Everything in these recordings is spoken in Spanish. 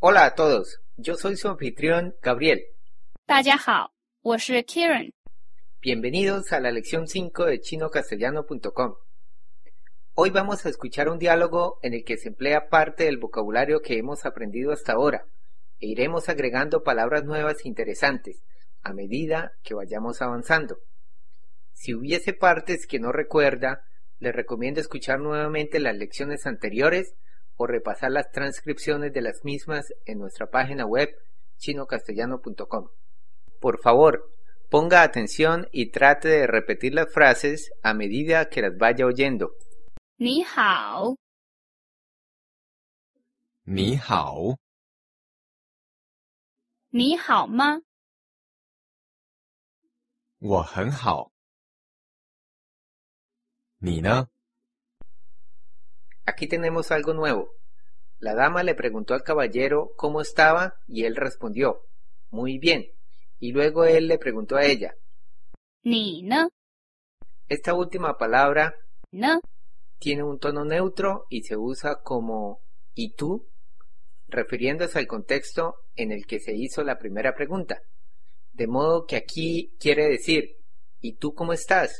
Hola a todos, yo soy su anfitrión Gabriel. 大家好，我是 Karen。 Bienvenidos a la lección 5 de chinocastellano.com. Hoy vamos a escuchar un diálogo en el que se emplea parte del vocabulario que hemos aprendido hasta ahora e iremos agregando palabras nuevas e interesantes a medida que vayamos avanzando. Si hubiese partes que no recuerda, le recomiendo escuchar nuevamente las lecciones anteriores o repasar las transcripciones de las mismas en nuestra página web chinocastellano.com. Por favor, ponga atención y trate de repetir las frases a medida que las vaya oyendo. 你好，你好，你好吗？我很好。你呢？ Aquí tenemos algo nuevo. La dama le preguntó al caballero cómo estaba y él respondió, muy bien. Y luego él le preguntó a ella. 你呢？ Esta última palabra 呢？ tiene un tono neutro y se usa como ¿y tú? refiriéndose al contexto en el que se hizo la primera pregunta. De modo que aquí quiere decir ¿y tú cómo estás?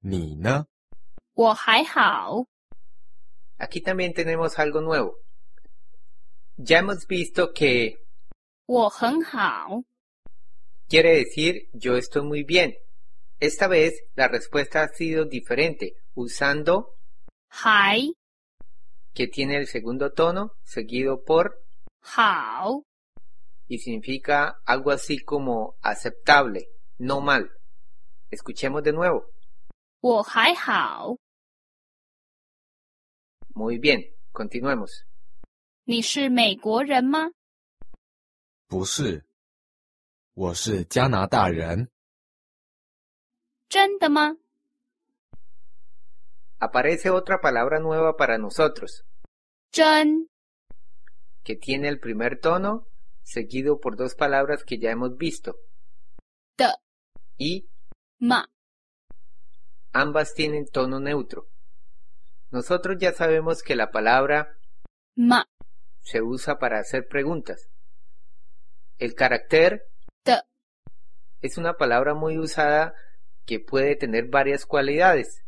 你呢？我还好， Aquí también tenemos algo nuevo. Ya hemos visto que 我很好， quiere decir yo estoy muy bien. Esta vez la respuesta ha sido diferente, usando 还 que tiene el segundo tono seguido por 好， y significa algo así como aceptable, no mal. Escuchemos de nuevo. 我还好。 Muy bien, continuemos. 你是美国人吗？不是，我是加拿大人。真的吗？ Aparece otra palabra nueva para nosotros, 真 que tiene el primer tono seguido por dos palabras que ya hemos visto. Da. Y 吗？ ambas tienen tono neutro. Nosotros ya sabemos que la palabra 吗？ se usa para hacer preguntas. El carácter Da. es una palabra muy usada que puede tener varias cualidades.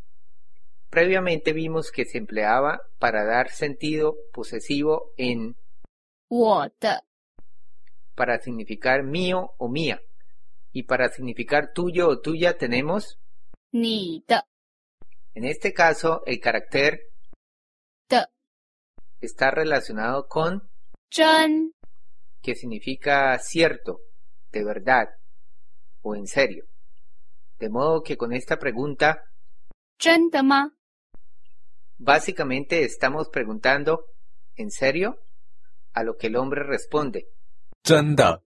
Previamente vimos que se empleaba para dar sentido posesivo en 我的， para significar mío o mía. Y para significar tuyo o tuya tenemos, 你的， en este caso, el carácter Da. está relacionado con 真 que significa cierto, de verdad o en serio. De modo que con esta pregunta 真的吗？ básicamente estamos preguntando ¿en serio? a lo que el hombre responde. 真的，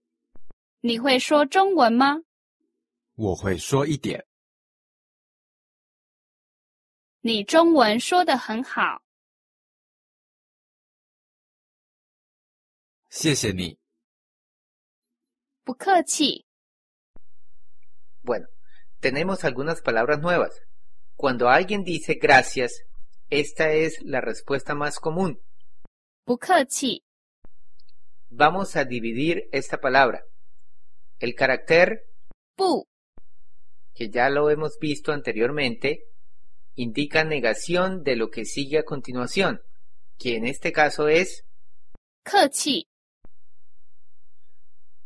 你会说中文吗？我会说一点。你中文说得很好，谢谢你。不客气。 Bueno, tenemos algunas palabras nuevas. Cuando alguien dice gracias, esta es la respuesta más común. 不客气， Vamos a dividir esta palabra. El carácter 不， que ya lo hemos visto anteriormente, indica negación de lo que sigue a continuación, que en este caso es, 客气，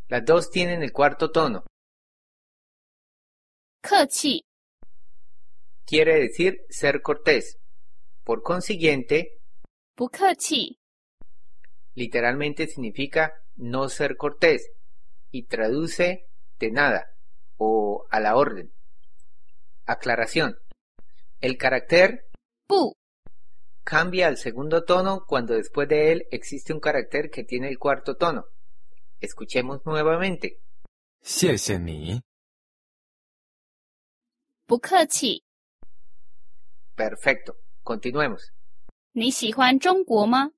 las dos tienen el cuarto tono, 客气， quiere decir ser cortés. Por consiguiente, 不客气， literalmente significa no ser cortés y traduce de nada o a la orden. Aclaración. El carácter 不， cambia al segundo tono cuando después de él existe un carácter que tiene el cuarto tono. Escuchemos nuevamente. 谢谢你。不客气。 Perfecto. Continuemos. 你喜欢中国吗？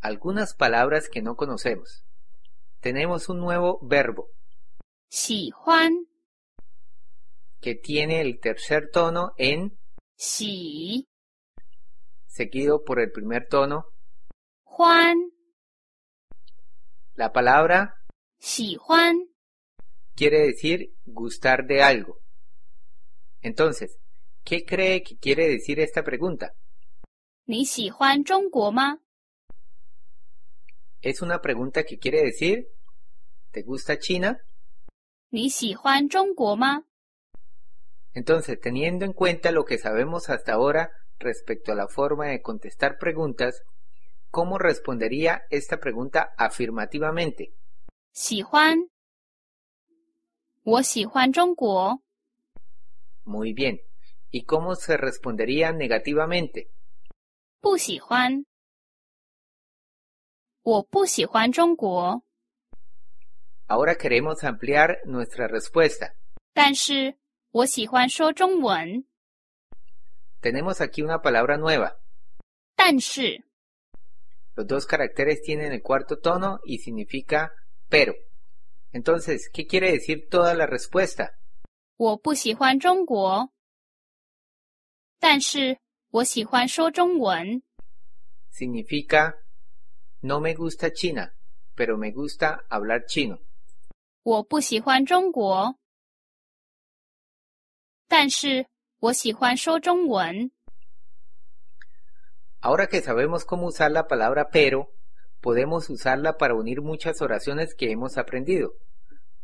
Algunas palabras que no conocemos. Tenemos un nuevo verbo 喜欢， que tiene el tercer tono en, 喜 seguido por el primer tono, 欢， La palabra 喜欢 quiere decir gustar de algo. Entonces, ¿qué cree que quiere decir esta pregunta? 你喜欢中国吗？ Es una pregunta que quiere decir ¿te gusta China? 你喜欢中国吗？ Entonces, teniendo en cuenta lo que sabemos hasta ahora respecto a la forma de contestar preguntas, ¿cómo respondería esta pregunta afirmativamente? 喜欢。我喜欢中国， Muy bien. ¿Y cómo se respondería negativamente? 不喜欢。我不喜欢中国， Ahora queremos ampliar nuestra respuesta. 但是我喜欢说中文。 Tenemos aquí una palabra nueva. 但是 Los dos caracteres tienen el cuarto tono y significa pero. Entonces, ¿qué quiere decir toda la respuesta? 我不喜欢中国，但是我喜欢说中文。 Significa no me gusta China, pero me gusta hablar chino. 我不喜欢中国，但是我喜欢说中文。 Ahora que sabemos cómo usar la palabra pero, podemos usarla para unir muchas oraciones que hemos aprendido.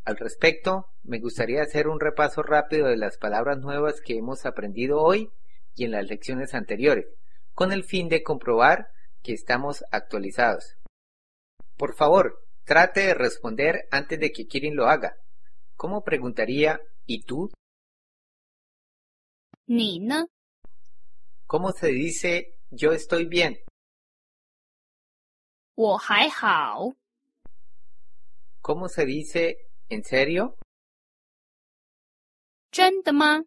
Al respecto, me gustaría hacer un repaso rápido de las palabras nuevas que hemos aprendido hoy y en las lecciones anteriores, con el fin de comprobar que estamos actualizados. Por favor, trate de responder antes de que Kirin lo haga. ¿Cómo preguntaría ¿y tú? 你呢？ ¿Cómo se dice yo estoy bien? 我还好， ¿Cómo se dice en serio? 真的吗？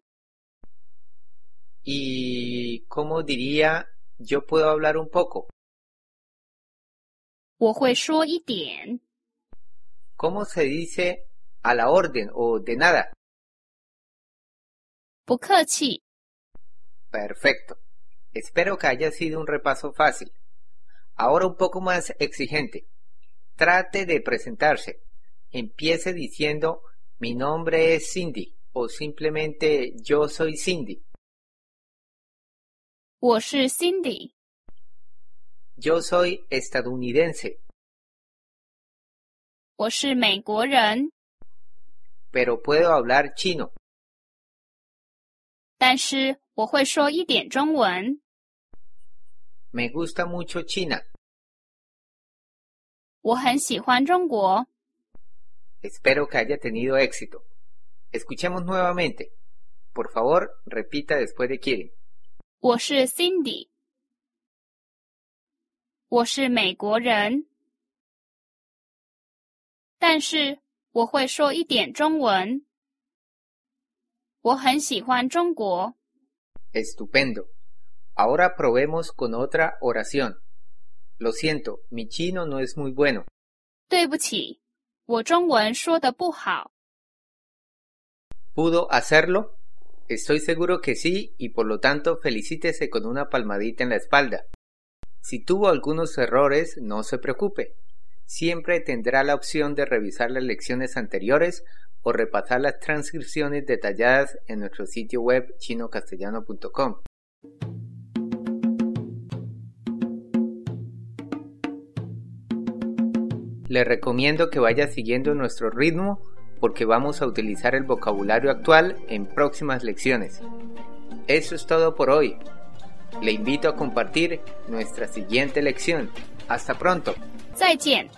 y cómo diría yo puedo hablar un poco. 我会说一点， ¿Cómo se dice a la orden o de nada? 不客气。 Perfecto. Espero que haya sido un repaso fácil. Ahora un poco más exigente. Trate de presentarse. Empiece diciendo mi nombre es Cindy o simplemente yo soy Cindy. 我是 Cindy， Yo soy estadounidense, 我是美国人， pero puedo hablar chino. 但是我会说一点中文。 Me gusta mucho China. 我很喜欢中国， Espero que haya tenido éxito. Escuchemos nuevamente. Por favor, repita después de Kirin. 我是 Cindy，我是美国人，但是我会说一点中文。我很喜欢中国， Estupendo. Ahora probemos con otra oración. Lo siento, mi chino no es muy bueno. 对不起，我中文说的不好。 ¿Pudo hacerlo? Estoy seguro que sí y por lo tanto felicítese con una palmadita en la espalda. Si tuvo algunos errores, no se preocupe. Siempre tendrá la opción de revisar las lecciones anteriores o repasar las transcripciones detalladas en nuestro sitio web chinocastellano.com. Le recomiendo que vaya siguiendo nuestro ritmo porque vamos a utilizar el vocabulario actual en próximas lecciones. Eso es todo por hoy. Le invito a compartir nuestra siguiente lección. Hasta pronto. 再见。